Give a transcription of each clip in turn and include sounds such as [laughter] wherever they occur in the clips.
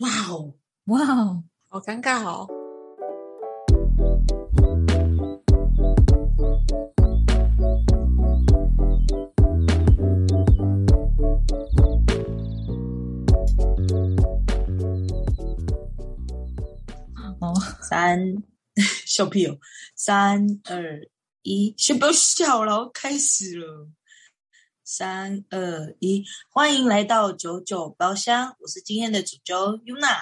哇哦，哇哦，好尴尬哦！哦， [laughs] 三笑屁哦，三二一，先不要笑了，我开始了。三二一，欢迎来到九九包厢，我是今天的主角 Yuna，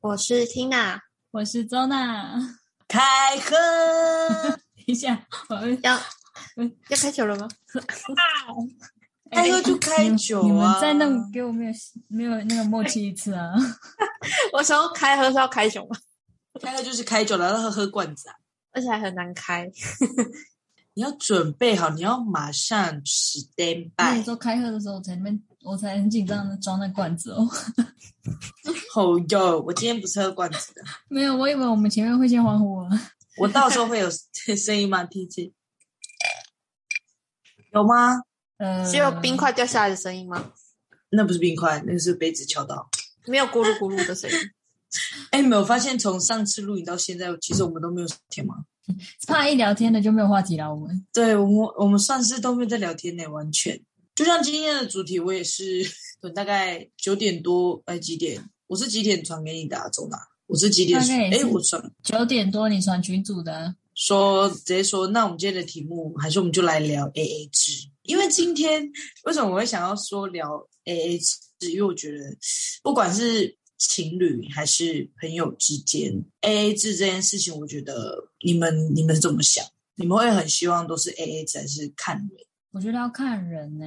我是 Tina，我是周娜。开喝，等一下，我要嗯 [laughs] 要开球了吗？开喝就哎你开们酒你啊！们再弄给我没有没有那个默契一次啊！我想要开喝是要开球吗？开喝就是开酒了，然后喝罐子啊！ [laughs] 而且还很难开。你要准备好，你要马上 stand [laughs] 那你 by，说开喝的时候，我才那边我才很紧张的装那罐子哦。 [laughs] 吼哟！我今天不是喝罐子的，没有，我以为我们前面会先欢呼啊。我到时候会有 [laughs] 声音吗？TJ 有吗？呃，只有冰块掉下来的声音吗？那不是冰块，那是杯子敲到。没有咕噜咕噜的声音。哎，你没有发现从上次录影到现在，其实我们都没有天吗？怕一聊天的就没有话题了。我们对我们，我们算是都没有在聊天呢，完全。就像今天的主题，我也是等大概九点多，哎几点？我是几点传给你的、啊，周娜？我是几点大？概也哎，是我传九点多你传群组的啊，说直接说，那我们今天的题目还是我们就来聊 AA 制，因为今天为什么我会想要说聊 AA 制？因为我觉得不管是情侣还是朋友之间，AA 制这件事情，我觉得你们你们怎么想？你们会很希望都是 AA 制，还是看人？我觉得要看人呢、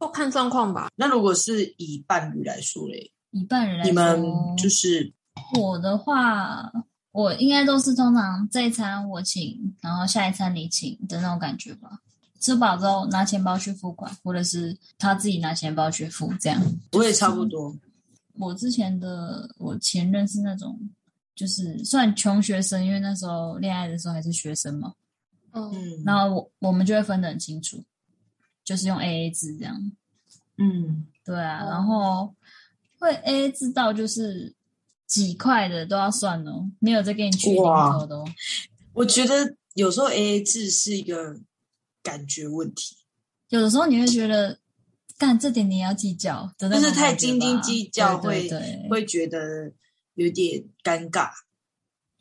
要看状况吧。那如果是以伴侣来说嘞，一半人来你们说就是我的话，我应该都是通常这一餐我请，然后下一餐你请的那种感觉吧。吃饱之后拿钱包去付款，或者是他自己拿钱包去付，这样。我也差不多，我之前的我前任是那种，就是算穷学生，因为那时候恋爱的时候还是学生嘛。嗯，嗯，然后我我们就会分得很清楚，就是用 AA 制这样。嗯，对啊，哦然后会 AA 制到就是几块的都要算哦，没有再给你去零哇头的哦。我觉得有时候 AA 制是一个感觉问题。有的时候你会觉得，干这点你也要计较，真就是太斤斤计较对会对对会觉得有点尴尬。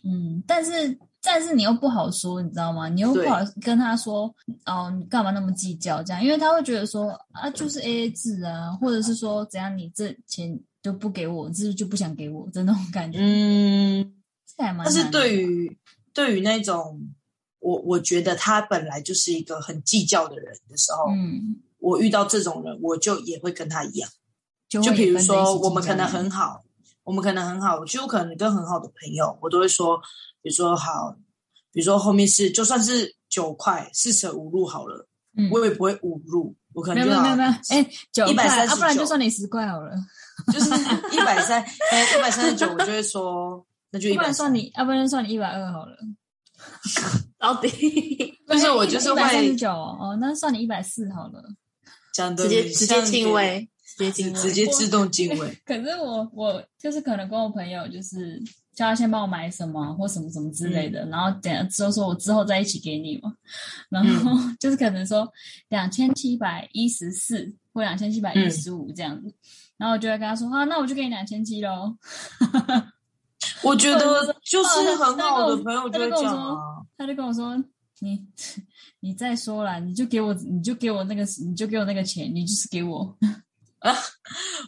嗯，但是但是你又不好说，你知道吗？你又不好跟他说，哦，你干嘛那么计较这样？因为他会觉得说啊，就是 A A 制啊，或者是说怎样，你这钱就不给我，这就不想给我的那种感觉，嗯，这还蛮难但的。是对于对于那种我我觉得他本来就是一个很计较的人的时候，嗯，我遇到这种人，我就也会跟他一样。就就会比也如跟着一起说，我们计可较能很好，我们可能很好，就可能跟很好的朋友，我都会说，比如说好，比如说后面是就算是九块四舍五入好了，嗯。我也不会五入，我可没能有就没有没好有没有，哎，九块， 139啊，不然就算你十块好了， [laughs] 就是一百三，哎，一百三十九，我就会说，那就一 [laughs] 不然百算，你，要啊不然算你一百二好了。到底就是我就是一百三十会九哦，那算你一百四好了。讲的直接直接敬，畏，直接直嗯敬畏，直接自动敬畏，可是我我就是可能跟我朋友就是叫他先帮我买什么或什么什么之类的，嗯然后等下之后说我之后再一起给你嘛，然后嗯 [laughs] 就是可能说两千七百一十四或两千七百一十嗯五这样子，然后我就会跟他说啊，那我就给你两千七喽。我觉得就哦是那很那好跟的我朋友就那会跟我这样说啊，他就跟我说你 [laughs] 你再说啦，你就给我你就给我那个你就给我那个钱，你就是给我。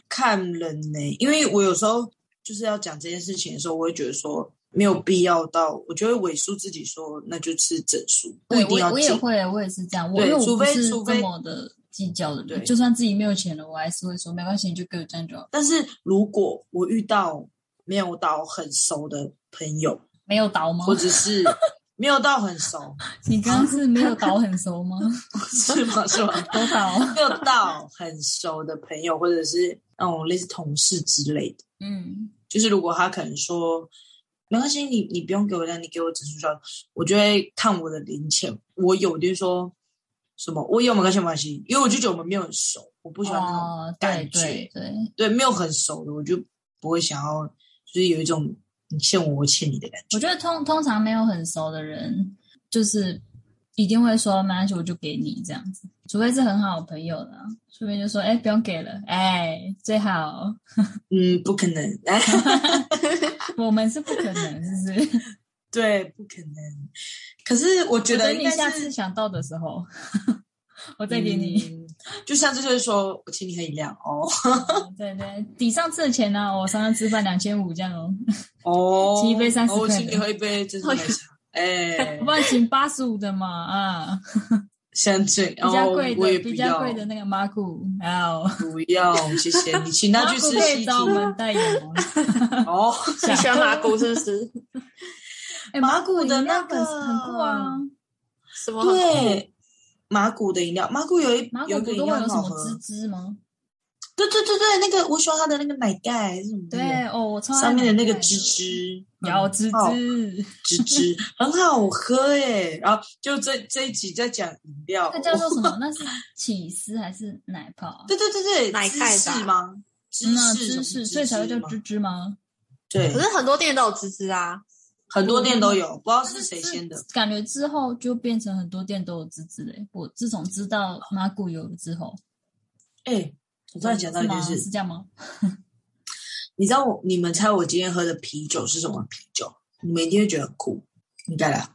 看人呢、因为我有时候就是要讲这件事情的时候，我会觉得说没有必要到，我就会尾数自己说，那就吃整数，不对一定我要我也进。会，我也是这样。我对因为我除不非是除这非么的计较的人，对就算自己没有钱了，我还是会说没关系，你就给我这样就好。但是如果我遇到没有到很熟的朋友，没有倒吗或？者是没有到很熟，你刚刚是没有倒很 [laughs] 熟吗？是吗？是 [laughs] 吗？都倒， [laughs] 没有到很熟的朋友，或者是那种类似同事之类的，嗯，就是如果他可能说没关系，你你不用给我这样，你给我指数就好，我就会看我的零钱，我有就说什么我有没关系没关系，因为我就觉得我们没有很熟，我不喜欢那种哦，对感觉，对对，对没有很熟的，我就不会想要就是有一种你欠我，我欠你的感觉。我觉得通通常没有很熟的人，就是一定会说没关系，我就给你这样子，除非是很好的朋友啦，顺便就说哎、不用给了，哎、最好嗯，不可能， [laughs] 哎，我们是不可能，是不是？对，不可能。可是我觉 [laughs] 得我等应你该是下次想到的时候， [laughs] 我再给你。嗯就像这就是说我请你喝饮料哦 [laughs] 对对，抵上次的钱呢、我上次吃饭两千五这样哦，哦，请一杯30哦我块的请你喝一杯珍珠奶茶。 [laughs] 哎我，帮你请八十五的嘛啊，像这样，比较哦贵的、我也不比较要贵的那个马古，还有不要，谢谢你，请他马去古吃可 [laughs] 西以芹找我们代言 [laughs] 哦。 [laughs] 哦。你喜欢麻古是不是？哎麻古的饮料那个很很酷啊，什么？对，麻古的饮料，麻古有一马古有一不个都饮会料有很什好么喝芝，芝吗？对对对对，那个我喜欢它的那个奶盖还是什么的，对哦，我超爱上面的那个奶盖芝，芝，咬嗯芝好芝，芝芝 [laughs] 很好喝耶。然后就这这一集在讲饮料，那叫做什么？那是起司还是奶泡啊？对对对对，奶盖芝吧士吗？芝嗯啊，士什芝么芝士，所以才会叫吗芝芝吗？对可，是很多店都有芝芝啊，很多店都有，不知道是但谁之先的。感觉之后就变成很多店都有芝芝嘞。我自从知道马古有了之后，哎，我突然想到一件是吗事是，这样吗？你知道我你们猜我今天喝的啤酒是什么啤酒？你们一定会觉得很酷，应该啦，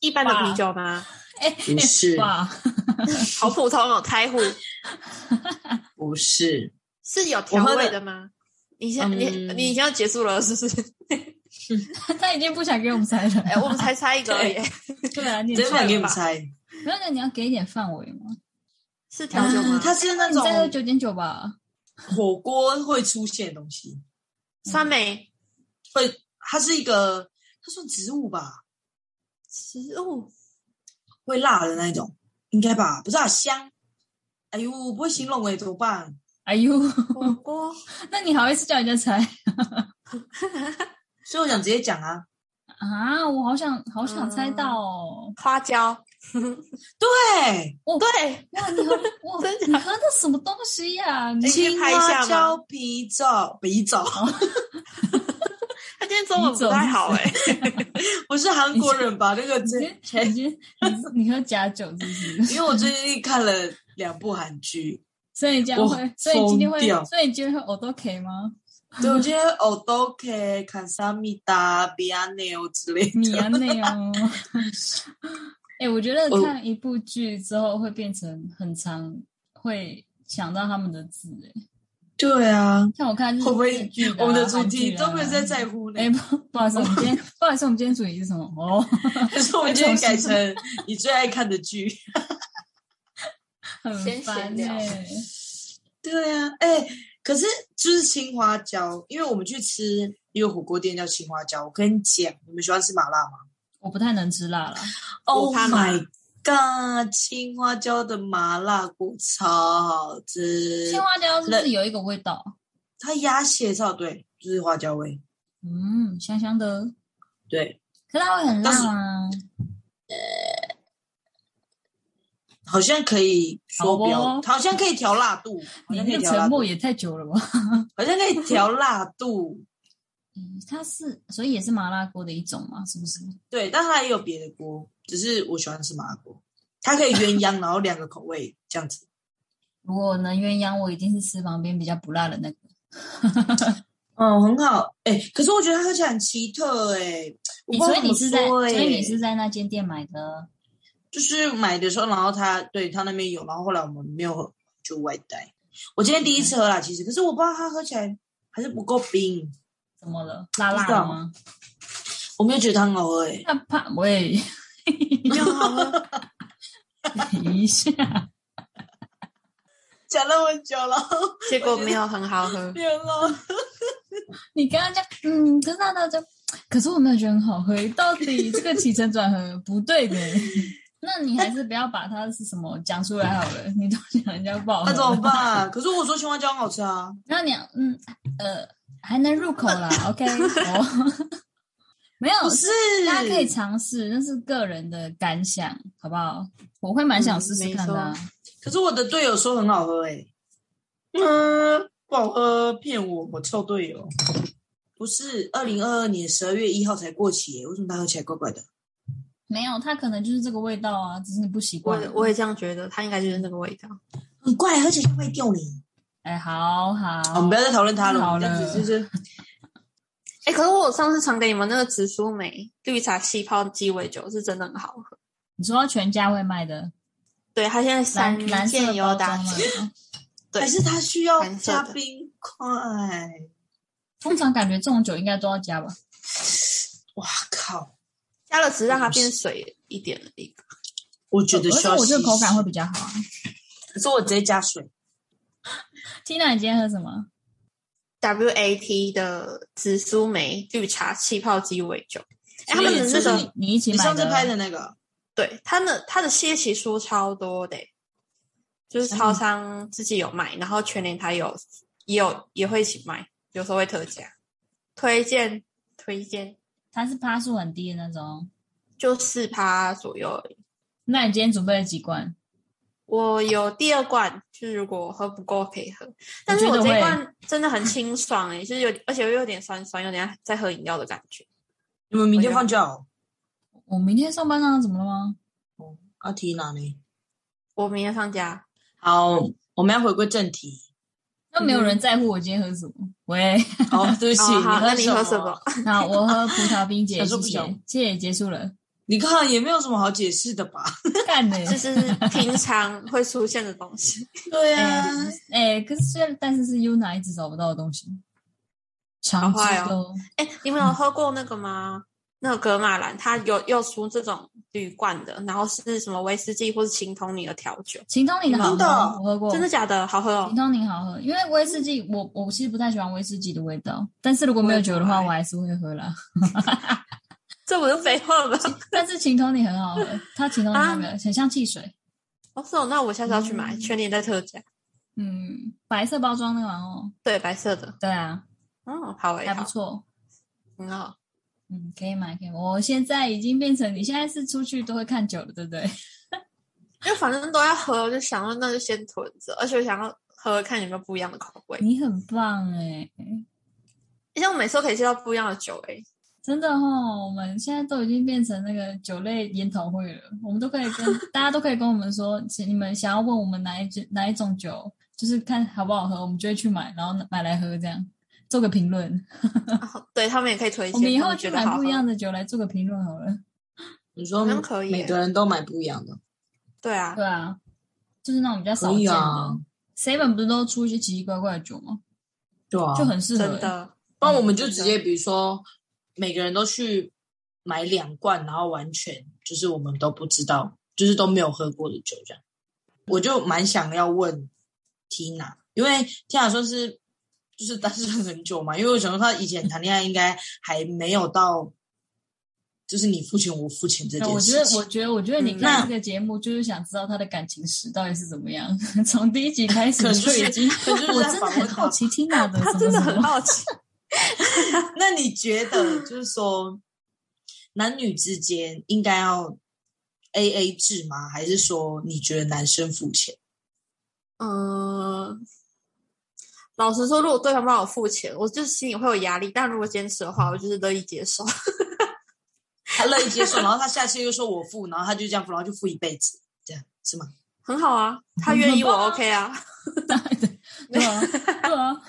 一般的啤酒吗？哎，不 [laughs] 是 [laughs] 哇，好普通哦，开户不是， [laughs] 是有调味的吗？你现你嗯你已经要结束了是不是？他已经不想给我们猜了。哎，我们才猜一个而已，哎对啊，你真猜的给你吧们猜，没有，那你要给一点范围嘛。是调酒啊吗？它是那你再喝种九点九吧。火锅会出现的东西，酸梅会它是一个，它算植物吧，食 [laughs] 物会辣的那一种，应该吧？不是啊，香。哎呦，我不会形容哎，怎么办？哎呦， [laughs] 火锅，那你好意思叫人家猜所以我想直接讲啊，啊？我好想好想猜到哦。花椒，嗯对，对，哇，[laughs] 你喝哇，真的你喝的什么东西呀？你哎青拍一下花吗椒啤酒，啤 [laughs] 酒 [laughs] 他今天中文不太好哎，我是韩国人吧？那个你真，今你今你你喝假酒是不是？因为我最近看了两部韩 [laughs] 剧，所以这样我会，所以今天会疯掉，所以你今天会我都 K 吗？对，我今天哦都 OK，看萨米达、比亚内欧之类米的，啊内哦。 [laughs] 哎、我觉得我看一部剧之后会变成很长，会想到他们的字。哎，对啊，像我看日会不日会剧啦、啊我们的主韩题剧啦都没有在在乎呢哎、？不不好意思，我们今天 [laughs] 不好意思，我们今天主题是什么？ [laughs] 哦，可是我们今天改成你最爱看的剧。很先烦闲哎、聊对啊，哎、可是就是青花椒，因为我们去吃一个火锅店叫青花椒。我跟你讲，你们喜欢吃麻辣吗我不太能吃辣啦， ？Oh 怕麻 my god！青花椒的麻辣锅超好吃青，花椒是不那是有一个味道？它鸭血超对，就是花椒味。嗯，香香的，对，可是它会很辣但是吗？好像可以说不好哦要，好像可以调辣度，好你像可那以个调沉辣默度，也太久了吧？好像可以调辣度。嗯，它是所以也是麻辣锅的一种嘛，是不是？对，但它也有别的锅，只是我喜欢吃麻辣锅，它可以鸳鸯，然后两个口味这样子。如果能鸳鸯，我一定是吃旁边比较不辣的那个。嗯，很好。哎、可是我觉得它喝起来很奇特哎、我你不知所道以怎你么是在，说所哎、以你是在那间店买的。就是买的时候，然后他对他那边有，然后后来我们没有喝就外带。我今天第一次喝啦，其实，可是我不知道它喝起来还是不够冰，怎么了？辣不辣知道的吗？我没有觉得它很好喝哎、那怕喂， [laughs] 没有好喝，等一下，讲了很久了，结果没有很好 [laughs] 喝，天了。你刚刚讲，嗯，可是那那就，可是我没有觉得很好喝，到底这个起承转合不对的。 [laughs] 那你还是不要把它是什么讲出来好了，你都讲人家不好喝那怎么办？啊可是我说青花椒很好吃啊，那你要嗯呃还能入口啦，OK，哦， [laughs] 没有不是，哦大家可以尝试，那是个人的感想，好不好？我会蛮想试试看的、啊嗯没可是我的队友说很欸好喝哎、嗯，不好喝，骗我，我臭队友。不是二零二二年十二月一号才过期耶，欸为什么它喝起来怪怪的？没有，它可能就是这个味道啊，只是你不习我惯。我也这样觉得，它应该就是那个味道。很怪，喝起来像坏掉呢。哎，好好，哦我们不要再讨论它了，好我们这样了子就是哎、可是我上次传给你们那个紫苏梅绿茶气泡鸡尾酒是真的很好喝，你说全家会卖的对，它现在蓝三蓝色件包有装啊打吗？折，对还是它需要蓝色加的冰块？通常感觉这种酒应该都要加吧？哇靠！加了只是让它变水一点而已。我觉得而需且要我觉得稀释口感会，比较好啊。可是我直接加水。 Tina，你今天喝什么？ WAT 的紫苏梅绿茶气泡鸡尾酒，哎、他所以们的这那是个你你一起你买上次的？拍的那个对它的它的蟹旗酥超多的、就是超商自己有卖，然后全年它有也有也会一起卖，有时候会特价。推荐推荐，它是趴数很低的那种。就四趴左右而已。那你今天准备了几罐？我有第二罐，就是如果喝不够可以喝，但是觉我得这会一罐真的很清爽诶、就是有而且又有点酸酸，有点在喝饮料的感觉。你们明天放假哦？我明天上班啊，怎么了吗？阿提哪呢？我明天上架，好，我们要回归正 [laughs] 题。那没有人在乎我今天喝什么。喂，哦，对不起，哦、好，那你你喝喝什么？？ [laughs] 那我喝葡萄冰 [laughs] 姐，想谢说不谢想，谢谢，结束了。你看也没有什么好解释的吧？干呢、欸？ [laughs] 就是啊平常会出现的东西。对啊哎、可是虽然但是是 Yuna 一直找不到的东西，长期好坏哦都哎、你们有喝过那个吗？那个格马兰，它有又出这种铝罐的，然后是什么威士忌或是青铜泥的调酒，秦通宁的好真的哦喝，我喝过，真的假的？好喝哦秦！通宁好喝，因为威士忌我我其实不太喜欢威士忌的味道，但是如果没有酒的话，我也不爱我还是会喝啦。 [laughs] 这不是废话吗？但是秦通宁很好喝，它秦通宁那啊个很像汽水，哦，是哦，那我下次要去买，全年在特价，嗯，白色包装那个玩意哦，对，白色的，对啊，嗯，好诶、还不好，错，很好。嗯，可以买可以买。我现在已经变成你现在是出去都会看酒了，对不对？因为反正都要喝，我就想说那就先囤着，而且我想要喝看有没有不一样的口味。你很棒哎、而且我每次都可以吃到不一样的酒诶、真的哦，我们现在都已经变成那个酒类研讨会了，我们都可以 [laughs] 跟大家都可以跟我们说，请你们想要问我们哪一支哪一种酒，就是看好不好喝，我们就会去买，然后买来喝，这样做个评论。啊对他们也可以推荐，我们以他后觉去得买好不喝一样的酒来做个评论好了。你说好像可以耶每个人都买不一样的，对啊对，啊，就是那种比较少可以见啊的。seven 不是都出一些奇奇怪怪的酒吗？对啊就很适合、哦真的。不然我们就嗯直接，比如说每个人都去买两罐，然后完全就是我们都不知道，就是都没有喝过的酒这样。我就蛮想要问 Tina，因为 Tina 说是就是单身很久嘛，因为我想说她以前谈恋爱应该还没有到，就是你付钱我付钱这那件呃我觉事得，情我。觉得，我觉得你嗯看那这个节目，就是想知道他的感情史到底是怎么样。 [laughs] 从第一集开始可能就就是已经，可能就是我在真的访很问好他 [laughs] 奇 Tina 的他什真么什的很么。好奇， [laughs] 那你觉得就是说，男女之间应该要 A A 制吗？还是说你觉得男生付钱？嗯，老实说，如果对方帮我付钱，我就心里会有压力；但如果坚持的话，我就是乐意接受。 [laughs] 他乐意接受，然后他下次又说我付，然后他就这样付，然后就付一辈子，这样是吗？很好啊，他愿意我很棒啊 OK 啊。对啊，对啊，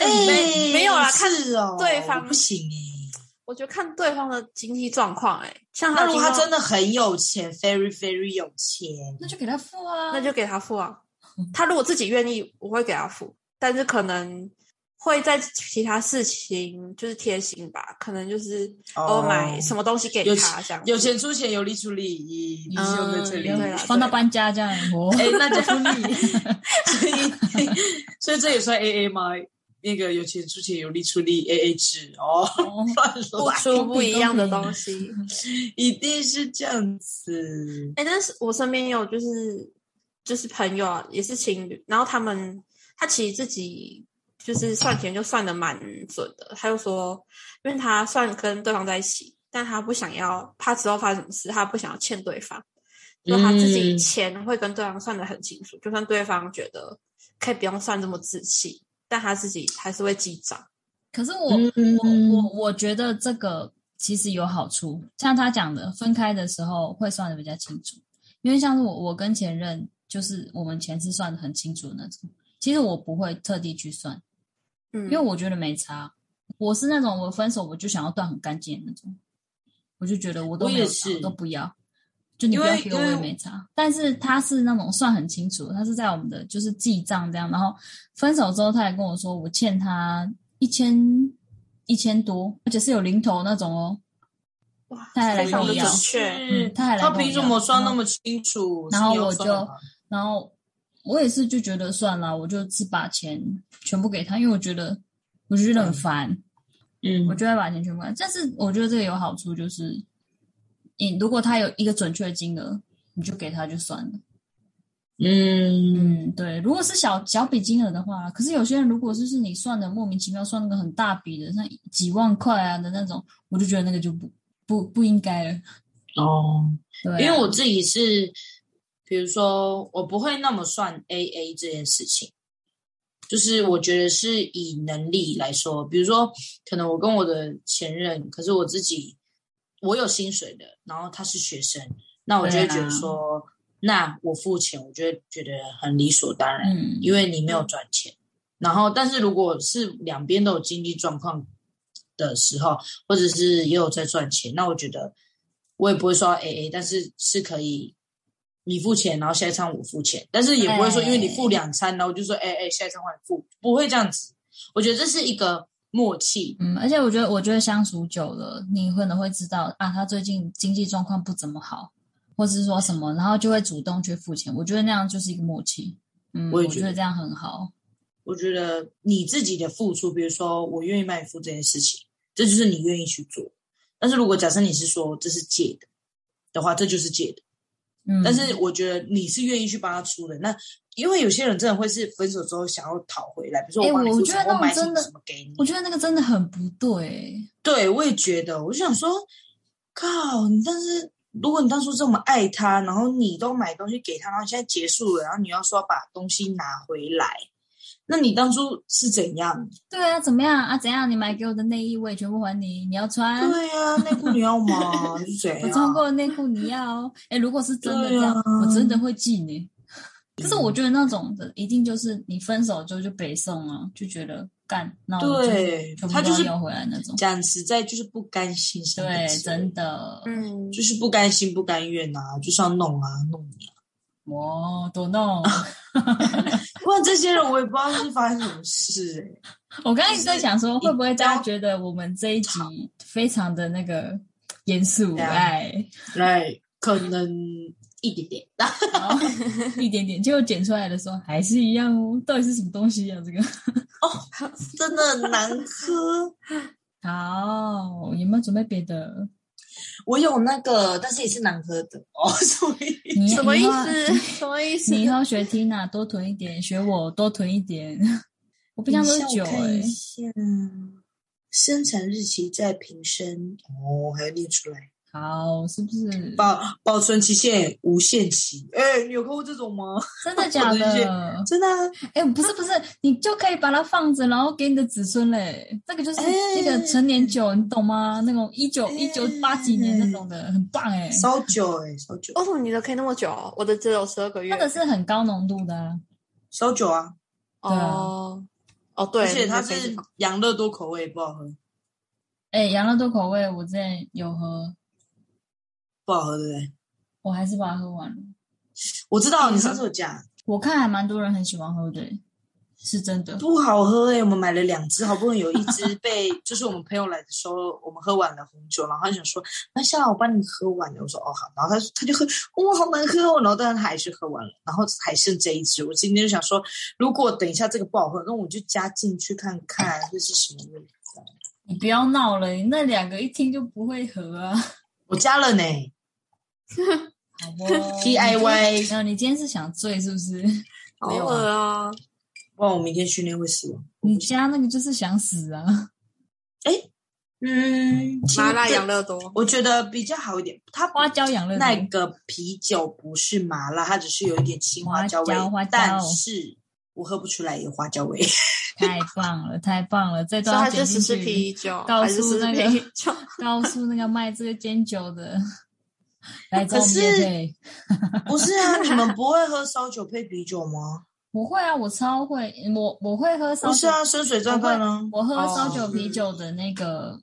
哎没没有啦是哦，对方我不行欸哎、我觉得看对方的经济状况、欸，哎，像那如经果济他状真的很有钱，very very 有钱，那就给他付啊。那就给他付啊。他如果自己愿意，我会给他付，但是可能会在其他事情就是贴心吧，可能就是哦我买什么东西给有他这样。有钱出钱，有力出力，已经嗯有在这里。对啦帮他搬家这样，哦我啊哎、那就出力， [laughs] 所以所以这也算 A A 吗？那个有钱出钱，有力出力，A A 制哦， [laughs] [laughs] 哦乱付来，出不啊一样的东西。一定是这样子。哎、但是我身边有就是就是朋友啊，也是情侣，然后他们他其实自己就是算钱就算的蛮准的，他就说，因为他算跟对方在一起，但他不想要怕之后发生什么事，他不想要欠对方，就他自己嗯钱会跟对方算的很清楚，就算对方觉得可以不用算这么仔细，但他自己还是会记账。可是我、嗯我我我觉得这个其实有好处，像他讲的，分开的时候会算的比较清楚，因为像是我我跟前任，就是我们钱是算的很清楚的那种，其实我不会特地去算，嗯，因为我觉得没差。我是那种我分手我就想要断很干净的那种，我就觉得我都我没也有是我都不要，就你不因要为给因我我为也没差。但是他是那种算很清楚，他是在我们的就是记账这样，然后分手之后他还跟我说我欠他一千一千多，而且是有零头那种哦，哇，他还来跟非常我的要准确，嗯他还来他跟我凭什要么算然那后么清楚？然后是要我算就吗然后我也是就觉得算了，我就是把钱全部给他，因为我觉得我就觉得很烦。我嗯，就会把钱全部给他。但是我觉得这个有好处，就是你如果他有一个准确的金额，你就给他就算了。嗯，嗯，对。如果是小小笔金额的话，可是有些人如果就是你算的莫名其妙算那个很大笔的，像几万块啊的那种，我就觉得那个就不不不应该了。哦，对啊、因为我自己是，比如说我不会那么算 A A 这件事情，就是我觉得是以能力来说，比如说可能我跟我的前任，可是我自己我有薪水的，然后他是学生，那我就会觉对啊得说，那我付钱，我就会觉得很理所当然，嗯，因为你没有赚钱。然后，但是如果是两边都有经济状况的时候，或者是也有在赚钱，那我觉得我也不会说 A A，但是是可以你付钱，然后下一餐我付钱，但是也不会说哎因为你付两餐，然后我就说哎哎，下一餐换你付，不会这样子。我觉得这是一个默契，嗯，而且我觉得，我觉得相处久了，你可能会知道啊，他最近经济状况不怎么好，或是说什么，然后就会主动去付钱。我觉得那样就是一个默契。嗯，我我也觉得这样很好。我觉得你自己的付出，比如说我愿意帮你付这件事情，这就是你愿意去做。但是如果假设你是说这是借的的话，这就是借的。嗯，但是我觉得你是愿意去帮他出的。那因为有些人真的会是分手之后想要讨回来，比如说哎我帮你我付觉出，得那我种买什真么的什么给你我。觉得那个真的很不对欸。对，我也觉得，我就想说，靠，你但是如果你当初这么爱他，然后你都买东西给他，然后现在结束了，然后你要说要把东西拿回来，那你当初是怎样？对啊，怎么样啊？怎样？你买给我的内衣我也全部还你，你要穿。对啊呀、内裤你要吗？是怎我样？ [laughs] 穿过的内裤你要哦。哎，如果是真的对这啊样，我真的会记你。可是我觉得那种的，一定就是你分手之后就北宋啊，就觉觉得干，那我对全部他都就要是要回来那种。讲实在，就是不甘心上对辈，子而已，真的，嗯，就是不甘心、不甘愿啊，就是要弄啊弄你啊。我多弄。啊不然这些人我也不知道是发生什么事、欸，我刚才一直在想说，就是会不会大家觉得我们这一集非常的那个严肃，对啊哎，来可能一点点，然后然 [laughs] 后一点点，结果剪出来的时候还是一样哦，到底是什么东西啊？这个真的很难喝。好，有没有准备别的？我有那个，但是也是难喝的哦， [laughs] 所以你什么意？你以后思？ [laughs] 什么意思？你以后学 Tina 多囤一点，学我多囤一点。 [laughs] 我不等想一喝下我酒看哎欸一，下生产日期在瓶身哦，还要念出来。好，是不是？保保存期限无限期，哎、你有看过这种吗？ [laughs] 真的假我的意的？真的啊、哎、不是不是，你就可以把它放着，然后给你的子孙嘞。这个就是哎那个成年酒，你懂吗？那种一九哎一九八几年那种的，很棒哎、烧酒哎、烧酒，哦，你的可以那么久哦，我的只有十二个月。那个是很高浓度的、啊，烧酒啊！对啊哦哦，对，而且它你的可以是放养乐多口味，不好喝，哎、养乐多口味我之前有喝，不好喝对不对？我还是把它喝完了。我知道嗯你上次有讲我看还蛮多人很喜欢喝的、欸是真的。不好喝哎、我们买了两只，好不容易有一 [laughs] 只被就是我们朋友来的时候，我们喝完了红酒，然后他想说那下来我帮你喝完了，我说哦好，然后他说他就喝，哇、好难喝哦，然后但是他还是喝完了，然后还剩这一只，我今天就想说如果等一下这个不好喝，那我就加进去看看这是什么味道，你不要闹了，你那两个一听就不会喝啊，我加了呢，好不哦 [laughs] DIY 那你今天是想醉是不是？没有了啊，不然我明天训练会死亡。你加那个就是想死啊。嗯，麻辣其实养乐多。我觉得比较好一点，它不花椒养乐多，那个啤酒不是麻辣，它只是有一点青椒味，花椒花椒但是我喝不出来有花椒味。 [laughs] 太棒了，太棒了！这所以段他要就剪只进是去，啤酒，告还是诉只是那 [laughs] 啤个酒。告诉那个卖这个煎 [laughs] 酒的来找可我们业是配。不是啊，你们不会喝烧酒配啤酒吗？我会啊，我超会，我我会喝烧不是酒啊，深水我炸会弹啊，我喝烧酒哦啤嗯酒的那个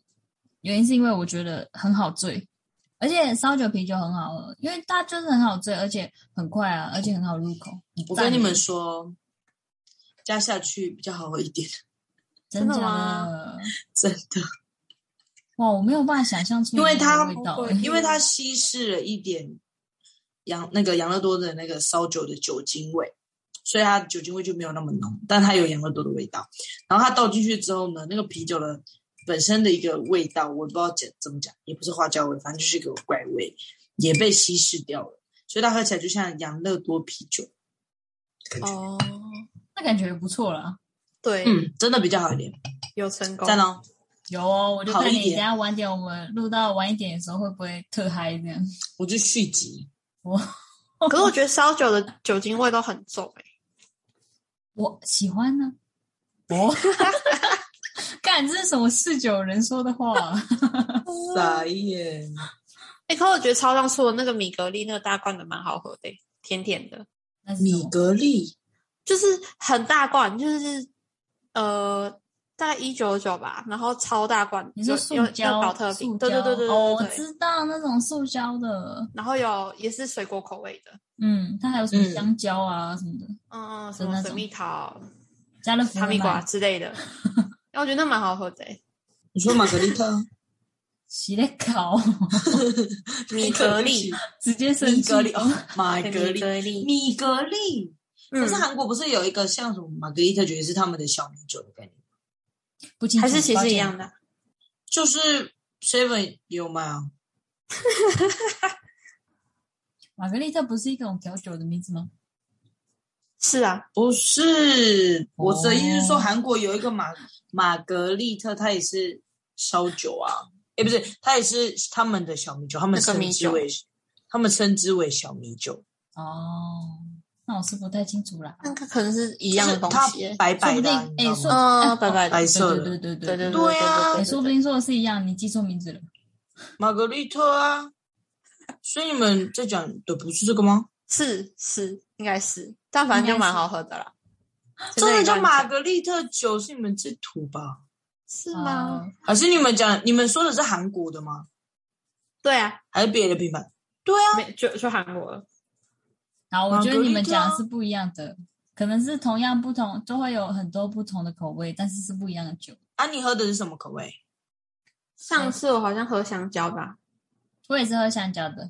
原因是因为我觉得很好醉，而且烧酒啤酒很好喝，因为它就是很好醉，而且很快啊，而且很好入口。我跟你们说，加下去比较好喝一点，真真的假吗的？真的，哇，我没有办法想象出因为那个它味道好贵欸因为它稀释了一点养那个养乐多的那个烧酒的酒精味，所以它酒精味就没有那么浓，但它有养乐多的味道。然后它倒进去之后呢，那个啤酒的本身的一个味道，我不知道怎怎么讲，也不是花椒味，反正就是一个怪味，也被稀释掉了，所以它喝起来就像养乐多啤酒。哦，那感觉也不错啦。对，嗯，真的比较好一点，有成功。赞哦！有哦，我就好看一你等一点下晚点，我们录到晚一点的时候会不会特嗨这样？我就续集，可是我觉得烧酒的酒精味都很重 [laughs] 哎、我喜欢呢、哦 [laughs] 我 [laughs] 干这是什么嗜酒人说的话、啊？傻眼。哎、可是我觉得超商出的那个米格利那个大罐的蛮好喝的、欸甜甜的，那是什米么格利，就是很大罐，就是呃大概一九九吧，然后超大罐，你说有塑有有胶保特，塑胶瓶，对对对对对哦，我对对。知道那种塑胶的，然后有也是水果口味的，嗯，它还有什么嗯香蕉啊什么的，嗯嗯，什的那么种水蜜桃、家乐福哈密有瓜卖，之类的。哎我觉得那蛮好喝的、欸，你说玛格丽特？洗的烤，米格利， [laughs] 直接生米气格利哦，玛格米丽，格利，米格利。可嗯是，韩国不是有一个像什么玛格丽特酒，也是他们的小米酒的概念，不清楚还是其抱实歉一样的。就是 Seven 有卖啊，玛格丽特不是一种调酒的名字吗？是啊，不是，哦我的意思是说，韩国有一个玛玛格丽特，它也是烧酒啊，诶，不是，它也是他们的小米酒，他们那个称米之酒为他们称之为小米酒，哦，那我是不太清楚啦。那个可能是一样的东西、就是它欸。白说白不的啊，定，你哎知道，说吗嗯白白的白色的对对对对对对对啊哎，说不定说的是一样，你记错名字了。玛格丽特啊。所以你们在讲的不是这个吗？是是应该是，但反正就蛮好喝的啦。真的叫玛哥格丽特酒是你们制图吧？是啊吗？，还是你们讲你们说的是韩国的吗？对啊，还是别的品牌？对啊，没就就韩国了。好，我觉得你们玛讲格丽特的啊是不一样的，可能是同样不同，都会有很多不同的口味，但是是不一样的酒。啊，你喝的是什么口味？上次我好像喝香蕉吧，我也是喝香蕉的，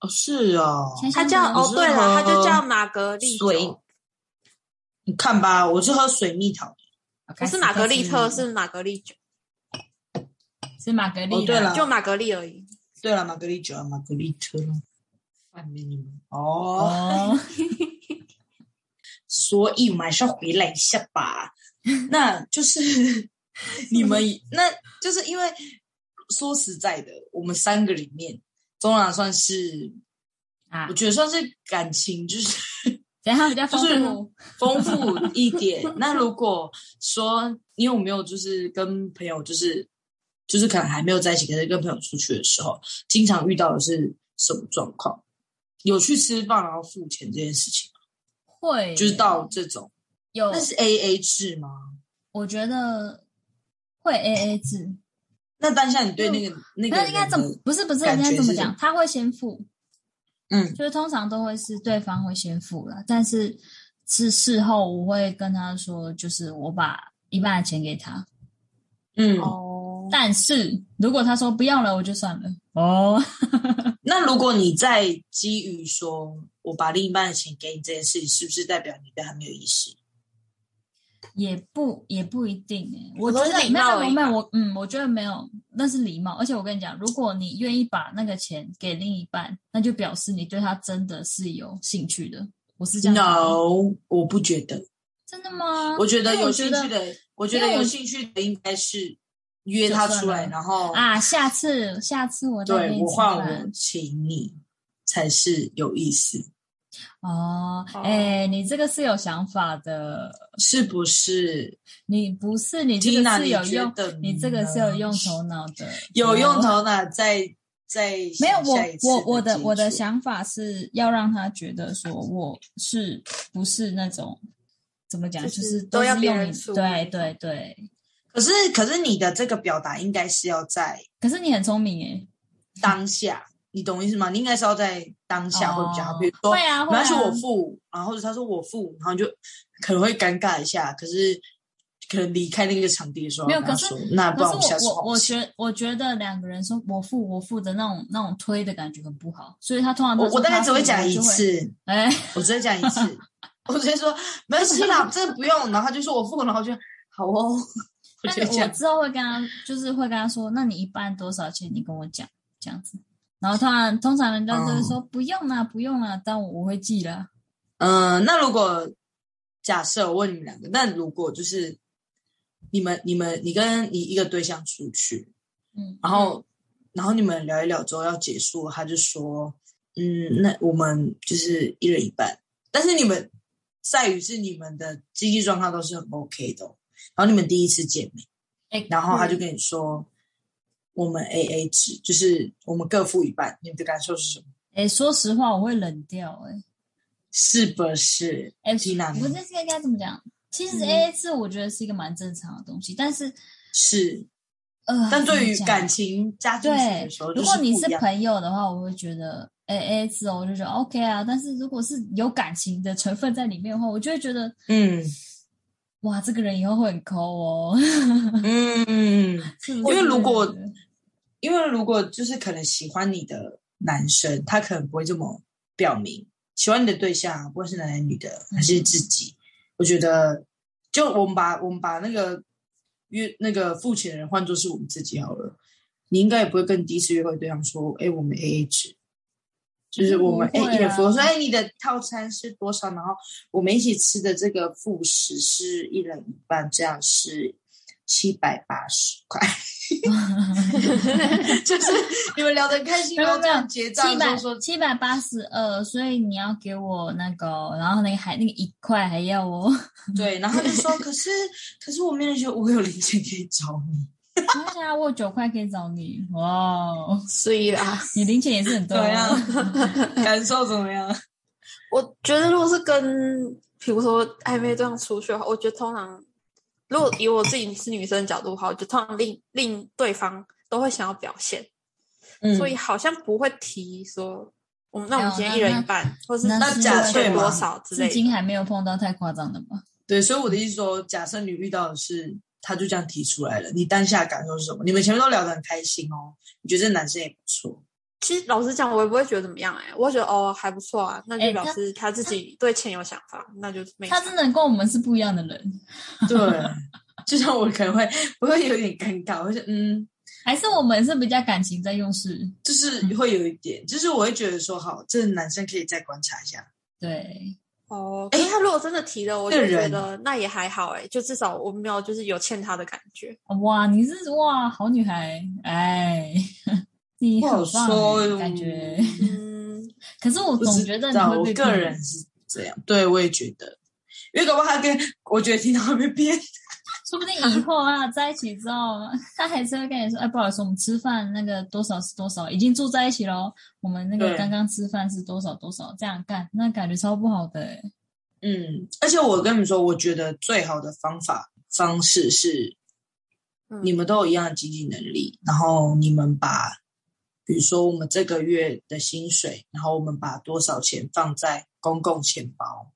哦，是哦，香它蕉叫的我哦是对了，它就喝叫玛格丽水酒，你看吧，我是喝水蜜桃。开不始是玛格丽特，开始是玛格丽酒，是玛格丽哦啦。对了就玛格丽而已。对了，玛格丽酒啊，玛格丽特。外面你们哦，哦，所以我们还是要回来一下 [laughs] 吧。那就是 [laughs] 你们，那就是因为说实在的，我们三个里面，钟朗算是啊我，觉得算是感情就是等一下比较丰富。丰富一 [laughs] 点。那如果说你有没有就是跟朋友就是就是可能还没有在一起，可是跟朋友出去的时候，经常遇到的是什么状况？有去吃饭然后付钱这件事情，会就是到这种，有那，是 A A 制吗？我觉得会 A A 制，那当下你对那个那那个应该人怎么的不是不是应感觉该怎么是讲？他会先付，嗯就是通常都会是对方会先付了，但是是事后我会跟他说，就是我把一半的钱给他，嗯， [laughs] 哦，但是如果他说不要了，我就算了。哦，那如果你在基于说我把另一半的钱给你这件事情，是不是代表你对他没有意识？也不也不一定哎、我觉都是得礼没貌有而没有已没有吧我嗯，我觉得没有，那是礼貌。而且我跟你讲，如果你愿意把那个钱给另一半，那就表示你对他真的是有兴趣的。我是这样觉得 No，我不觉得。真的吗？我觉得因为有我兴觉趣得的，我觉得有兴趣的应该是约他出来，就算了然后啊，下次下次我再对跟你我吃换饭我请你才是有意思。哦，哦哎、你这个是有想法的，是不是？你不是你这个 Tina，是有你觉用得，你这个是有用头脑的，有用哦。头脑在在没想有下一次我我我的接我的触想法是要让他觉得说我是不是那种怎么讲，就就是是都要是别用人你出对对对。可是可是你的这个表达应该是要在可是你很聪明诶，当下，你懂我意思吗？你应该是要在当下会比较好，哦比如说会啊没关系，会啊我付，然后或者他说我付，然后就可能会尴尬一下，可是可能离开那个场地的时候没有要跟他可是说，那不可然是们下次我我换我一起觉我觉得两个人说我付我付的那种那种推的感觉很不好，所以他通常都我是我大概他只会付讲我一就会，次，哎，我只会讲一次， [laughs] 我直接说没事啦，这个不用，然后他就说我付，然后我就好哦， [laughs] 我但就是会这我样。之后会跟他，就是会跟他说，那你一般多少钱？你跟我讲这样子。然后通常通常人家就会说、不用啦，不用啦，但我我会记啦。嗯，那如果假设我问你们两个，那如果就是你们、你们、你跟你一个对象出去，嗯，然后、然后你们聊一聊之后要结束，他就说，嗯，那我们就是一人一半，但是你们在于是你们的经济状况都是很 OK 的哦、然后你们第一次见面，哎然后他就跟你说，我们 AA 制，就是我们各付一半，你们的感受是什么？哎，说实话，我会冷掉、欸。是不是？哎基南我这是应该怎么讲？其实嗯 A A 制我觉得是一个蛮正常的东西，但是是。呃，但对于怎么讲感情加进去对的时候，，就如果不你一样朋友的话，我会觉得 A A 制哦，我就觉得 OK 啊。但是如果是有感情的成分在里面的话，我就会觉得嗯哇，这个人以后会很抠哦。 [laughs] 嗯，是不是因为如果因为如果就是可能喜欢你的男生，他可能不会这么表明喜欢你的对象，啊不管是男的女的还是自己，嗯我觉得就我们把我们把那个约那个付钱的人换作是我们自己好了，你应该也不会跟第一次约会对象说，哎，我们 A A 制。就是我们不哎会啊，一人付，我说哎，你的套餐是多少？然后我们一起吃的这个副食是一人一半，这样是七百八十块。就是 [laughs] 你们聊得很开心，没有然后这没样有结账七的时百候说七百八十二，所以你要给我那个，然后那个还那个一块还要哦。 [laughs] 对，然后就说可是可是我没人觉得我有零钱可以找你， [laughs] 没关系啊，我有九块可以找你。哇哦，所以啦，你零钱也是很多、怎哦。么样？感受怎么样？我觉得如果是跟比如说暧昧对象出去的话，我觉得通常如果以我自己是女生的角度的话，我觉得通常令令对方都会想要表现，嗯所以好像不会提说我们那我们没有今天那一人那一半，或是嗯那是价假钱设嘛多少之至类今的。还没有碰到太夸张的吧？对，所以我的意思说，假设你遇到的是他就这样提出来了，你当下的感受是什么？你们前面都聊得很开心哦，你觉得这男生也不 [laughs] 错，其实老实讲，我也不会觉得怎么样哎、我会觉得哦还不错啊，那哎就表他示他自己对钱有想法，那就没他差真的跟我们是不一样的人，对，就像我可能会我会有点尴尬，我就嗯，还是我们是比较感情在用事？就是会有一点，就是我会觉得说，好，这男生可以再观察一下，对，哦。可是他如果真的提了，我就这觉人得那也还好哎、就至少我没有就是有欠他的感觉。哇，你是哇好女孩，哎， [laughs] 你不很好棒说哎哟感觉。嗯，可是我不总知觉得你道会我被个骗人是这样，对我也觉得，因为搞不好他跟我觉得听到会被 [laughs] 骗，说不定以后啊在一起之后，他还是会跟你说：“哎，不好意思，我们吃饭那个多少是多少，已经住在一起喽。我们那个对刚刚吃饭是多少多少，这样干，那感觉超不好的、欸。嗯，而且我跟你们说，我觉得最好的方法方式是，嗯你们都有一样的经济能力，然后你们把，比如说我们这个月的薪水，然后我们把多少钱放在公共钱包，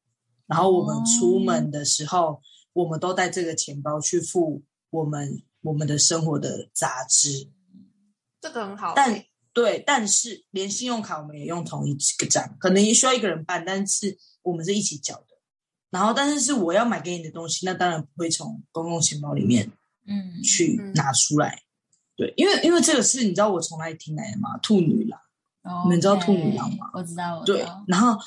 然后我们哦出门的时候，我们都带这个钱包去付我们我们的生活的杂支。这个很好欸、但对，但是连信用卡我们也用同一个账，可能也需要一个人办，但是我们是一起缴的。然后，但是是我要买给你的东西，那当然不会从公共钱包里面嗯，去嗯拿出来。对，因为因为这个事，你知道我从哪里听来的吗？兔女郎，你们知道兔女郎 OK，吗我知道，我知对道。。然后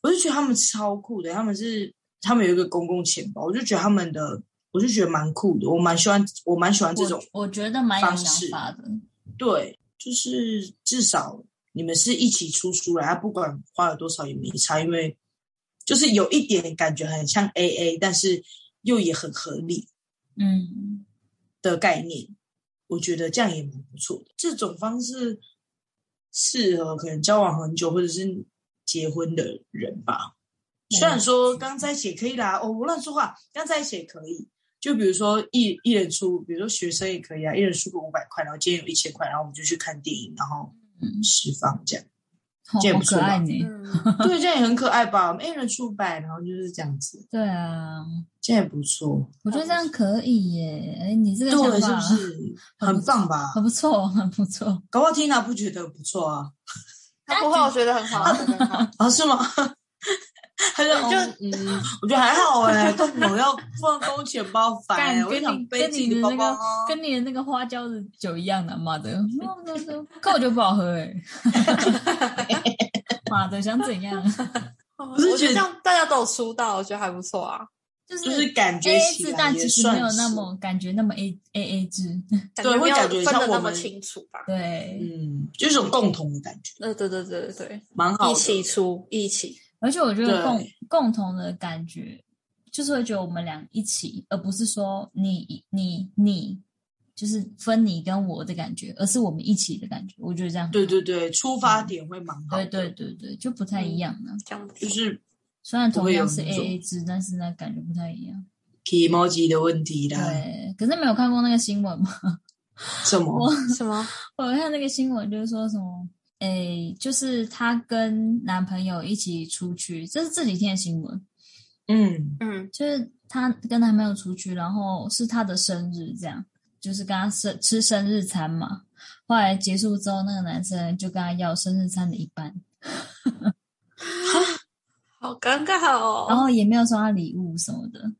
我就觉得他们超酷的，他们是他们有一个公共钱包，我就觉得他们的，我就觉得蛮酷的，我蛮喜欢，我蛮喜欢这种我我觉得蛮有方想式法的。对，就是至少你们是一起出书来，他不管花了多少也没差，因为就是有一点感觉很像 A A，但是又也很合理嗯，的概念，我觉得这样也蛮不错的。这种方式适合可能交往很久或者是结婚的人吧。虽然说刚在一起也可以啦，哦，我乱说话，刚在一起也可以。就比如说一一人出，比如说学生也可以啊，一人出个五百块，然后今天有一千块，然后我们就去看电影，然后嗯释放这样。好这也好不错可吧爱你。嗯，对，这样也很可爱吧？我们一人出五百，然后就是这样子，对啊，这样也不错。我觉得这样可以耶。哎，你这个想对，是法不是很很不棒吧？很不错，很不错。搞不好 Tina 不觉得不错啊？他不会，我觉得很好，我觉得很好。啊，是吗？ [laughs] 他就就就嗯，我觉得还好哎、干嘛 [laughs] 要放勾钱包烦、欸？干我就跟想你背跟自己你的包那包个啊。跟你的那个花椒的酒一样的，妈的！可我觉得不好喝哎， [laughs] 妈的，想怎样？ [laughs] 我是觉觉得得这样大家都有出道，我觉得还不错啊。就就是是感 A 觉 A 起制，来但也其实没算有那是么感觉那么 A A A 制。对感觉会没有感觉分像的那我么们清楚吧？对，嗯，就一种共同的感觉，呃，对对对对对，蛮好一的。起出，一起，而且我觉得共对共同的感觉，就是会觉得我们俩一起，而不是说你你你，就是分你跟我的感觉，而是我们一起的感觉。我觉得这样，对对对，出发点会蛮好对的。对对对，就不嗯太一样了。这样子就。是虽然不同会有样是那种 A A 制，但是呢感觉不太一样。皮毛级的问题啦，对，可是没有看过那个新闻吗？什么？什么？我看那个新闻就是说什么，诶，就是她跟男朋友一起出去，这是这几天的新闻，嗯，嗯，就是她跟男朋友出去，然后是她的生日，这样就是跟她生吃生日餐嘛。后来结束之后，那个男生就跟她要生日餐的一半，好尴尬哦。然后也没有收她礼物什么的，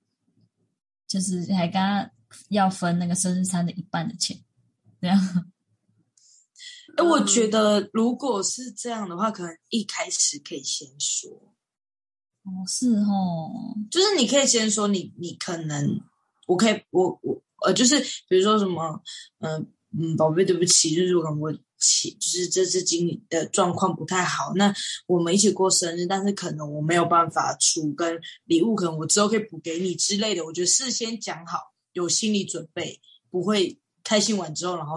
就是还跟她要分那个生日餐的一半的钱，这样。哎，嗯我觉得如果是这样的话，可能一开始可以先说，哦，是哦，就是你可以先说你你可能，我可以我我呃，就是比如说什么，嗯、嗯，宝贝，对不起，就是我我起就是这次经理的状况不太好，那我们一起过生日，但是可能我没有办法出跟礼物，可能我之后可以补给你之类的。我觉得事先讲好，有心理准备，不会开心完之后然后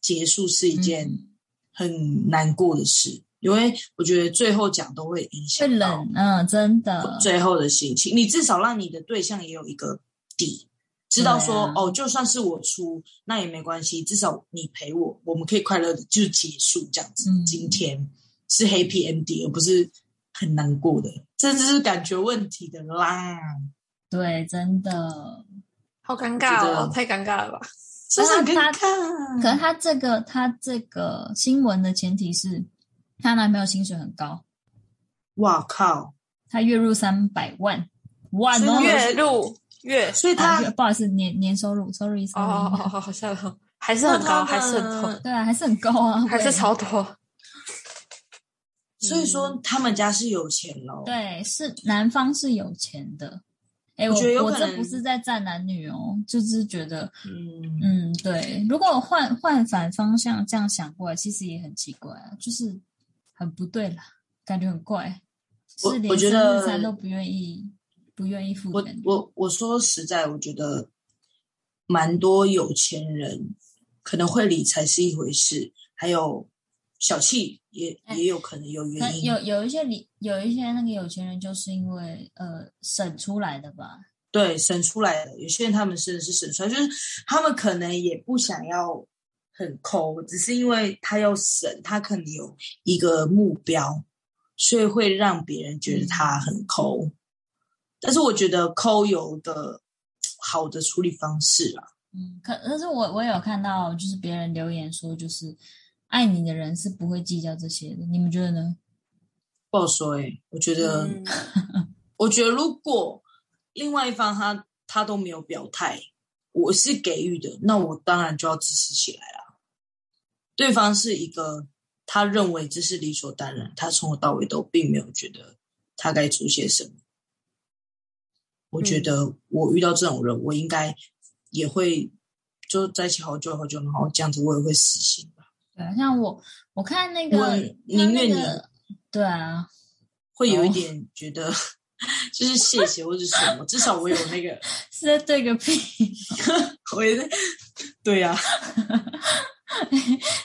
结束是一件嗯很难过的事，因为我觉得最后讲都会影会响到。冷，嗯，真的，最后的心情，你至少让你的对象也有一个底，知道说、对啊哦，就算是我出，那也没关系，至少你陪我，我们可以快乐的就结束这样子。嗯今天是 happy ending，而不是很难过的，这就是感觉问题的啦。对，真的。好尴尬我觉哦得，太尴尬了吧？是不是很他尴可是尬？她这个她这个新闻的前提是，她男朋友薪水很高，哇靠！她月入三百万万所以哦他，们月入月所以啊他月不好意思，年年收入，sorry 哦 sorry，、哦哦哦，好像还是那很他高，们还是很高，对啊，还是很高啊，还是对超多。所以说他们家是有钱喽。嗯对，是男方是有钱的。哎，我我觉得有我可这能不是在站男女哦，就是觉得，嗯，嗯，对。如果换换反方向这样想过来，其实也很奇怪啊，就是很不对啦，感觉很怪，就我是我连觉生得日餐都不愿意不愿意付我的感觉。我我说实在，我觉得蛮多有钱人可能会理财是一回事，还有小气也哎也有可能有那原因有。有一些理有一些那个有钱人就是因为呃省出来的吧，对，省出来的有些人他们真的是省出来，就是他们可能也不想要很抠，只是因为他要省，他可能有一个目标，所以会让别人觉得嗯他很抠。但是我觉得抠有的好的处理方式啊啦。嗯，可但是我我也有看到，就是别人留言说，就是爱你的人是不会计较这些的，你们觉得呢？不好说诶、我觉得，嗯，我觉得如果另外一方他他都没有表态，我是给予的，那我当然就要支持起来啦。对方是一个他认为这是理所当然，他从头到尾都并没有觉得他该做些什么。我觉得我遇到这种人，我应该也会就在一起好久好久，然后这样子我也会死心吧。对啊，像我我看那我个宁愿他那个对啊，会有一点觉得 [laughs] 就是谢谢或者什么，至少我有那个，是在对个屁，我也在，对呀、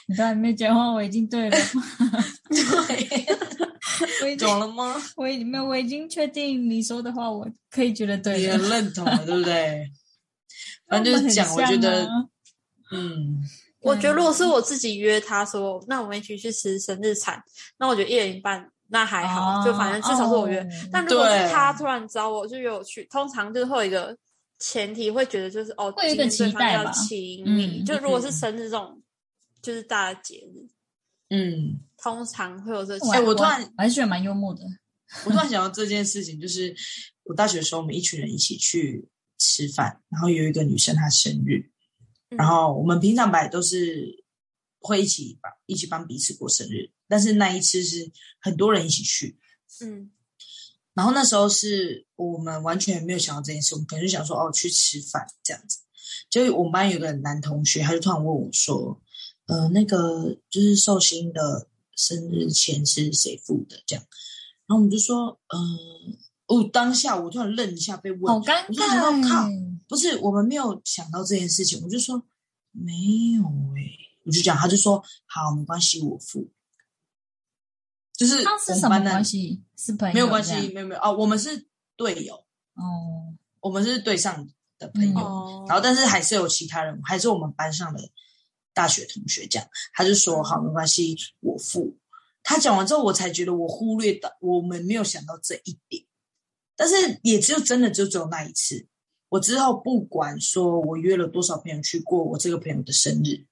你都还没讲话，我已 [laughs] 经对了，对，我已经懂了吗？我已没有，我已经确定你说的话，我可以觉得对你了很。认同了，对不对？反正我就们是很讲，我觉像得，啊嗯，我觉得如果嗯是我自己约他说，那我们一起去吃生日餐，那我觉得一人一半那还好，哦就反正至少是我约。哦但如果是对他突然找我就约我去，通常就是会有一个前提，会觉得就是哦，会有一个今天对方期待要吧请嗯你。就如果是嗯生日这种，就是大的节日，嗯，通常会有这哎种。我突然哦我还是觉得蛮幽默的。我突然想到这件事情，就是我大学的时候，我们一群人一起去吃饭，然后有一个女生她生日，嗯然后我们平常本来都是会一起帮一起帮彼此过生日，但是那一次是很多人一起去，嗯然后那时候是我们完全没有想到这件事，我们可能就想说哦去吃饭这样子。就我们班有个男同学，他就突然问我说：“呃，那个就是寿星的生日钱是谁付的？”这样，然后我们就说：“呃，哦，当下我突然愣一下被问，好尴我就想到靠尬哦耶，不是我们没有想到这件事情，我就说没有诶、我就讲，他就说好，没关系，我付。”就是他我是们什么班的关系？是朋友？没有关系这样，没有没有哦，我们是队友，哦，我们是队上的朋友，嗯哦然后但是还是有其他人，还是我们班上的大学同学这样，他就说好没关系，我付。他讲完之后，我才觉得我忽略到我们没有想到这一点，但是也只有真的就只有那一次。我之后不管说我约了多少朋友去过我这个朋友的生日，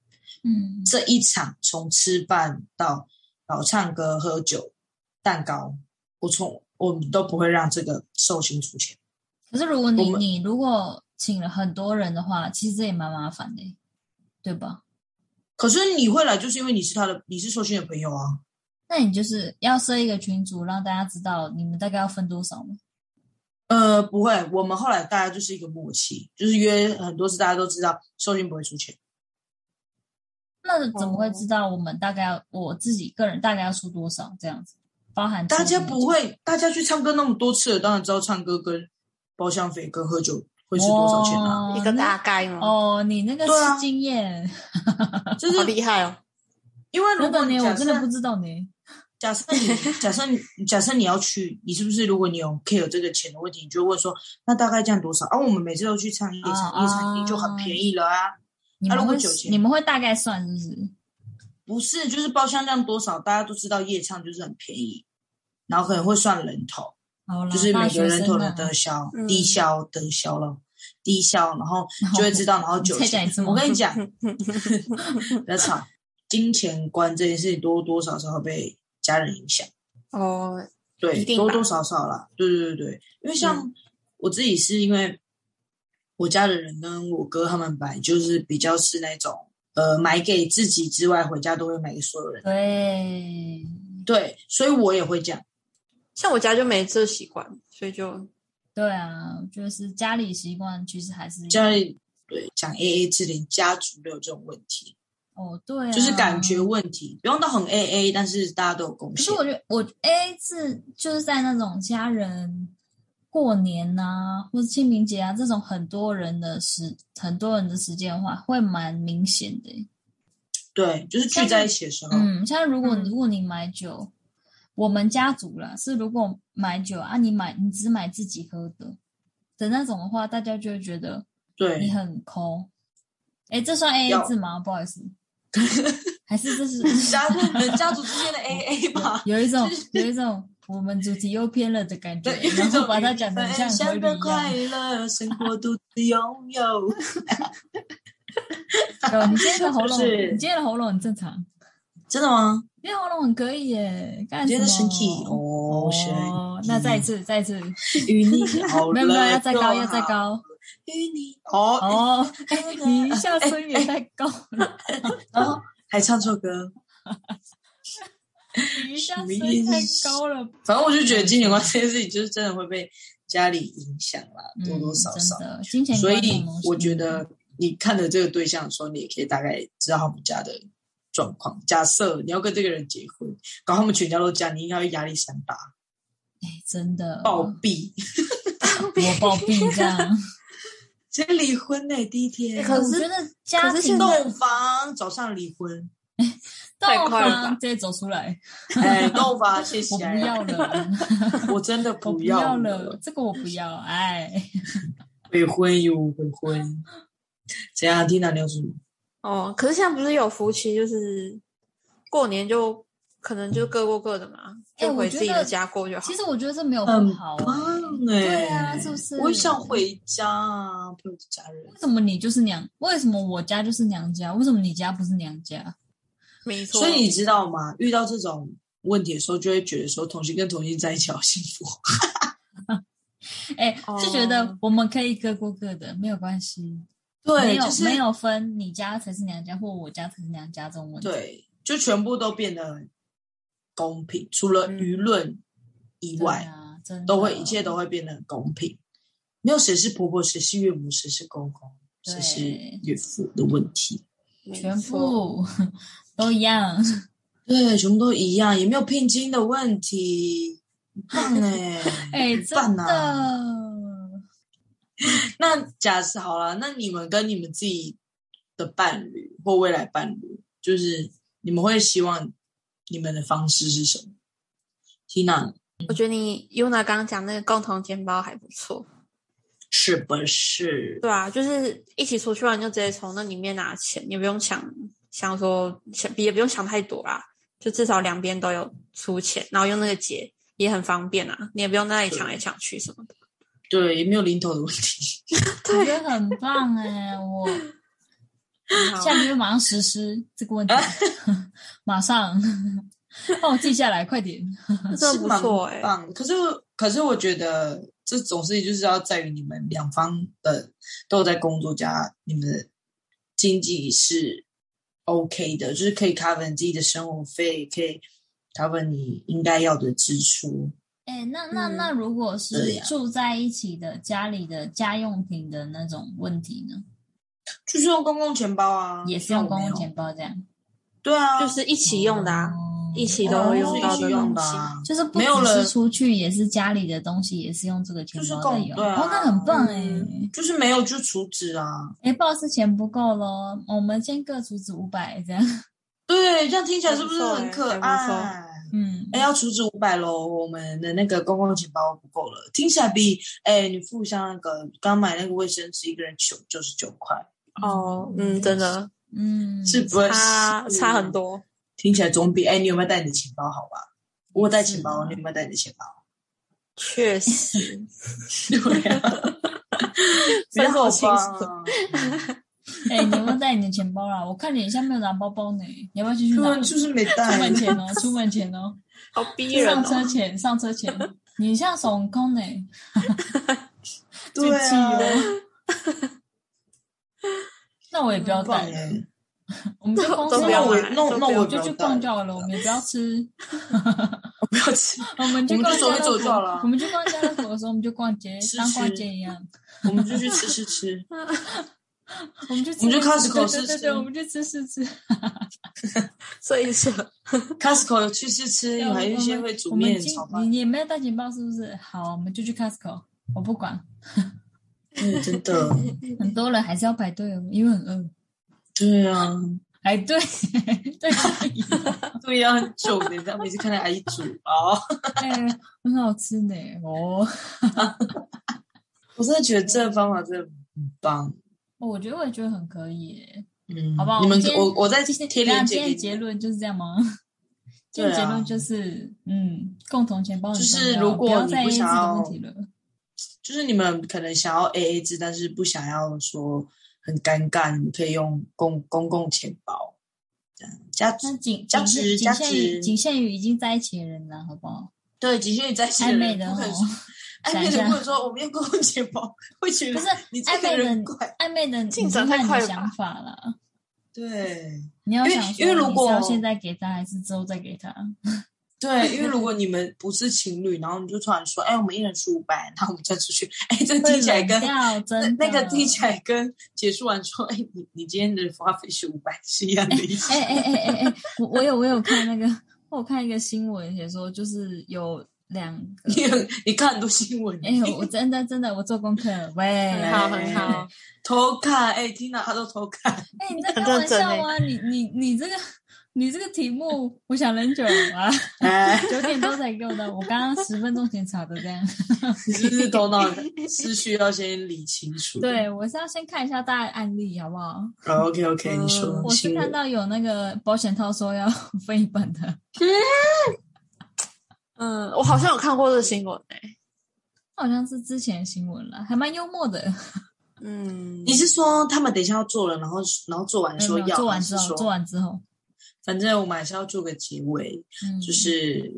嗯，这一场从吃饭到然后唱歌、喝酒、蛋糕，我从我们都不会让这个寿星出钱。可是如果你我们你如果请了很多人的话，其实这也蛮麻烦的，对吧？可是你会来，就是因为你是他的，你是寿星的朋友啊。那你就是要设一个群组，让大家知道你们大概要分多少吗？呃，不会，我们后来大家就是一个默契，就是约很多次，大家都知道寿星不会出钱。那怎么会哦知道我们大概要我自己个人大概要出多少这样子？包含大家吃不会，大家去唱歌那么多次了，当然知道唱歌跟包厢费跟喝酒会是多少钱啊。哦一个那大概嘛，哦，你那个对啊是经验，就是好厉害哦！因为如如果果你你我假真的不设知道呢。假设你 [laughs] 假设你假设你要去，你是不是如果你有 care 这个钱的问题，你就会问说，那大概这样多少？啊，我们每次都去唱夜场，啊夜场一定就很便宜了啊。你啊们如果会酒钱你们会大概算是不是？不是，就是包厢量多少，大家都知道夜唱就是很便宜，然后可能会算人头，好啦，就是嗯大每个学人生头啊的得消、嗯低消、得消了，低消，然后就会知道，然后酒你再讲钱一次。吗我跟你 [laughs] 讲，不要吵，金钱观这件事情多多少少会被家人影响，哦，对一，定吧多多少少啦，对对对对，因为嗯像我自己是因为我家的人跟我哥他们本来就是比较是那种。呃，买给自己之外，回家都会买给所有人。对，对，所以我也会这样。像我家就没这习惯，所以就对啊，就是家里习惯，其实还是家里对讲 A A 制，连家族都有这种问题，哦，对、啊，就是感觉问题，不用到很 A A，但是大家都有贡可是献。我觉得我 A A 制就是在那种家人过年呐、或者清明节啊这种很多人的时很多人的时间的话，会蛮明显的耶。欸对，就是聚在一起的时候，嗯，像如果嗯如果你买酒，我们家族啦是如果买酒啊，你买你只买自己喝的的那种的话，大家就会觉得你对，很抠。哎，这算 A 要 A 制吗？不好意思，还是这是家人家族之间的 A A [laughs] 吧。有 [laughs] 一种有一种我们主题又偏了的感觉对，有，然后把它讲的像合相理的一样快。 [laughs] 乐，生活独自拥有。有你 [laughs] 今天的喉咙，是你今天的喉咙很正常，真的吗？你今天喉咙很可以耶，干你什觉么？得神奇哦，神哦，那再一次，再一次，奇与你好 [laughs] 没了，有没有，要再高，要多再好。高。与你哦，哦，哎你一下声也太高了，然后 [laughs] 还唱错歌，哎你一下声也太高了，反正我就觉得金钱观这件事情，就是真的会被家里影响啦，多多少少嗯、。真的金钱所观这以种东西嗯我觉得你看着这个对象的时候，你也可以大概知道他们家的状况。假设你要跟这个人结婚，搞他们全家都这样，你应该会压力山大，哦哎、真的暴毙，我暴毙这样。直接离婚呢、第一天。欸 [laughs] 可我是觉得家可是庭现的洞房早上离 [laughs] 婚，太洞快了吧房直接走出来，哎，洞房谢谢我，不要了，我真的我不不要要了，，这个我不要，哎，悔婚哟，悔婚。怎样？Tina，你有什么？哦，可是现在不是有夫妻，就是过年就可能就各过各的嘛，哎就我回觉自己得的家过就好。其实我觉得这没有哦很不好、棒哎哎、对啊是不是我也想回家啊，陪我的家人为。什么你就是娘？为什么我家就是娘家？为什么你家不是娘家？没错，所以你知道吗？遇到这种问题的时候，就会觉得说同性跟同性在一起好幸福。哎、哦就觉得我们可以各过各的，没有关系。 [laughs] 没对，有、就是没有分你家才是娘家，或我家才是娘家这种问题。，对，就全部都变得很公平，除了嗯舆论以外，啊，真的都会一切都会变得很公平。没有谁是婆婆，谁是岳母，谁是公公，谁是对岳父的问题。没全错部 [laughs] 都一样。对，全部都一样，也没有聘金的问题。很棒哎、 [laughs] 哎、很真棒的。啊！那假设好了，那你们跟你们自己的伴侣或未来伴侣，就是你们会希望你们的方式是什么？Tina 我觉得你 Yuna 刚刚讲那个共同钱包还不错，是不是？对啊，就是一起出去玩就直接从那里面拿钱，你不用想想说想也不用想太多啦，就至少两边都有出钱，然后用那个结也很方便啊，你也不用在那里抢来抢去什么的。对，也没有零头的问题。我觉得很棒哎、我很好下个月马上实施这个问啊题， [laughs] 马上 [laughs] 帮我记下来，快点。这是不蛮错哎、棒。可是，可是我觉得这种事情就是要在于你们两方的都有在工作加你们的经济是 OK 的，就是可以 cover 你自己的生活费，可以 cover 你应该要的支出。哎，那那嗯那，如果对是呀住在一起的家里的家用品的那种问题呢，就是用公共钱包啊，也是用像我公没有共钱。包这样，对啊，就是一起用的啊，哦一起对都啊会就用是到一起的用东的西。啊。就是不没有只了是出去，也是家里的东西，也是用这个钱就是包在共用。对啊哦，那很棒哎、嗯就是没有就储值啊，哎、不好意思，钱不够咯，哦我们先各出资五百这样。对，这样听起来是不是还不错很欸可还不错爱？嗯，哎，要储值五百喽，我们的那个公共钱包不够了，听起来比哎你付像那个刚买那个卫生纸，一个人九九十九块，哦，嗯，真的嗯，是不是差差很？多。听起来总比哎你有没有带你的钱包好吧？我有带钱是包，啊你有没有带你的钱包？ [laughs] 确实，对啊呀，分得好好清楚吧。 [laughs] 哎、你有没有带你的钱包啦？我看你一下没有拿包包呢，你要不要继续拿？对，啊就是没出带门。前 [laughs] 哦，出门前哦， [laughs] 好逼人上哦车！前，上车前，你像手空呢、对最气哦啊，了。 [laughs] 那我也不要棒带了，哎！我们就公司都不那要我买买那我都那不我我不就要去带逛就好了，我们也不要吃，我不要吃，我们我去们逛就走家一乐走就好福。了我。们去逛家乐福的时候，我们就逛街吃，当逛吃街一样。 [laughs] 我们就去吃吃吃。我们就我们去吃 Costco 对试对对吃对，我们去吃试吃。所以说， Costco 有去吃吃，有还有一些会煮啊我们面今炒饭。你你也没有带钱包是不是？好，我们就去 Costco，我不管，嗯，真的，很多人还是要排队哦，因为很饿。对啊，排队，对，对呀、很久的，你知道，每次看到阿姨煮哦，哎，很好吃呢，哦。我真的觉得这个方法真的很棒。哦我觉得我也觉得很可以耶，嗯，好不好？你们今天我我在今天贴等一链下接今给天结你们。啊论就是这样吗？今对啊天结论就是，嗯，共同钱包很重要就是如果不要你再不一直想的要问题了，就是你们可能想要 A A 制，但是不想要说很尴尬，你们可以用公公共钱包，这样加那仅加仅限值仅加限于值仅限于已经在一起的人了，好不好？对，仅限于在线暧昧的人，不哦可能说，暧想昧一的下不能说我们用公共钱包，会觉不得是你这个暧昧的人怪。暧昧的，进你展就看太快你了想吧法了。对，你要因为想说，因为如你是果要现在给他，还是之后再给他？对，因为如果你们不是情侣，然后你就突然说，哎，我们一人出五百，然后我们再出去，哎，这听起来跟要那真那个的听起来跟结束完说，哎，你你今天的花费是五百是一样的意思。哎哎哎哎哎，我我有我有看那个，我有看一个新闻写说，就是有两个，你很你看很多新闻，哎、我真的真的我做功课了，喂，很好很好，偷看，哎，听到他都偷看，哎、你在开很玩认真欸笑吗？你你你这个你这个题目，我想了很久了啊，哎，九点多才给我的，我刚刚十分钟前查的这样。你是不是头脑思绪要先理清楚？对，我是要先看一下大家的案例，好不好？ ，OK OK，嗯你说我是新看闻，到有那个保险套说要 [laughs] 分一半的，嗯，我好像有看过这个新闻欸诶、好像是之前的新闻了，还蛮幽默的。嗯，你是说他们等一下要做了，然后然后做完说没有没有要，做完还是之后，说做完之后，反正我们还是要做个结尾，嗯，就是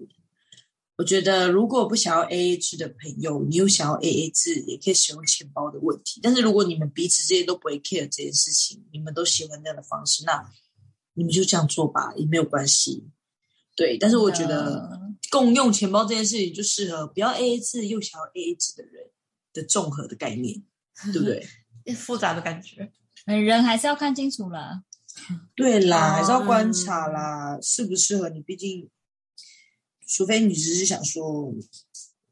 我觉得如果不想要 AA 制的朋友，你又想要 AA 制，也可以使用钱包的问题。但是如果你们彼此之间都不会 care 这件事情，你们都喜欢那样的方式，那你们就这样做吧，也没有关系。对，但是我觉得呃共用钱包这件事情就适合不要 AA 制又想要 AA 制的人的综合的概念，对不对？复杂的感觉。嗯人还是要看清楚了。对啦，哦还是要观察啦，适不适合你。毕竟，除非你只是想说，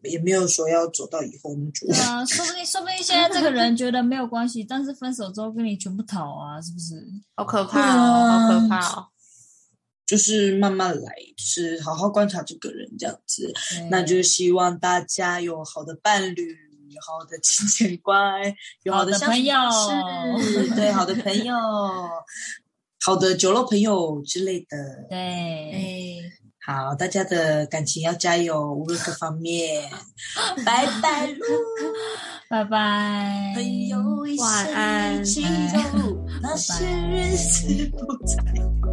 也没有说要走到以后那种对。啊，说不定说不定现在这个人觉得没有关系，但是分手之后跟你全部逃啊，是不是？好可怕哦，好对啊可怕哦！就是慢慢来，就是好好观察这个人这样子。对那就希望大家有好的伴侣。有好的金钱观，有好的好的相处方朋式，对，好的朋友，好的酒肉朋友之类的。对，哎，好，大家的感情要加油，无论各方 [laughs] 面。拜拜喽。拜拜，哎朋友一晚生安一起走，那些日子不再回。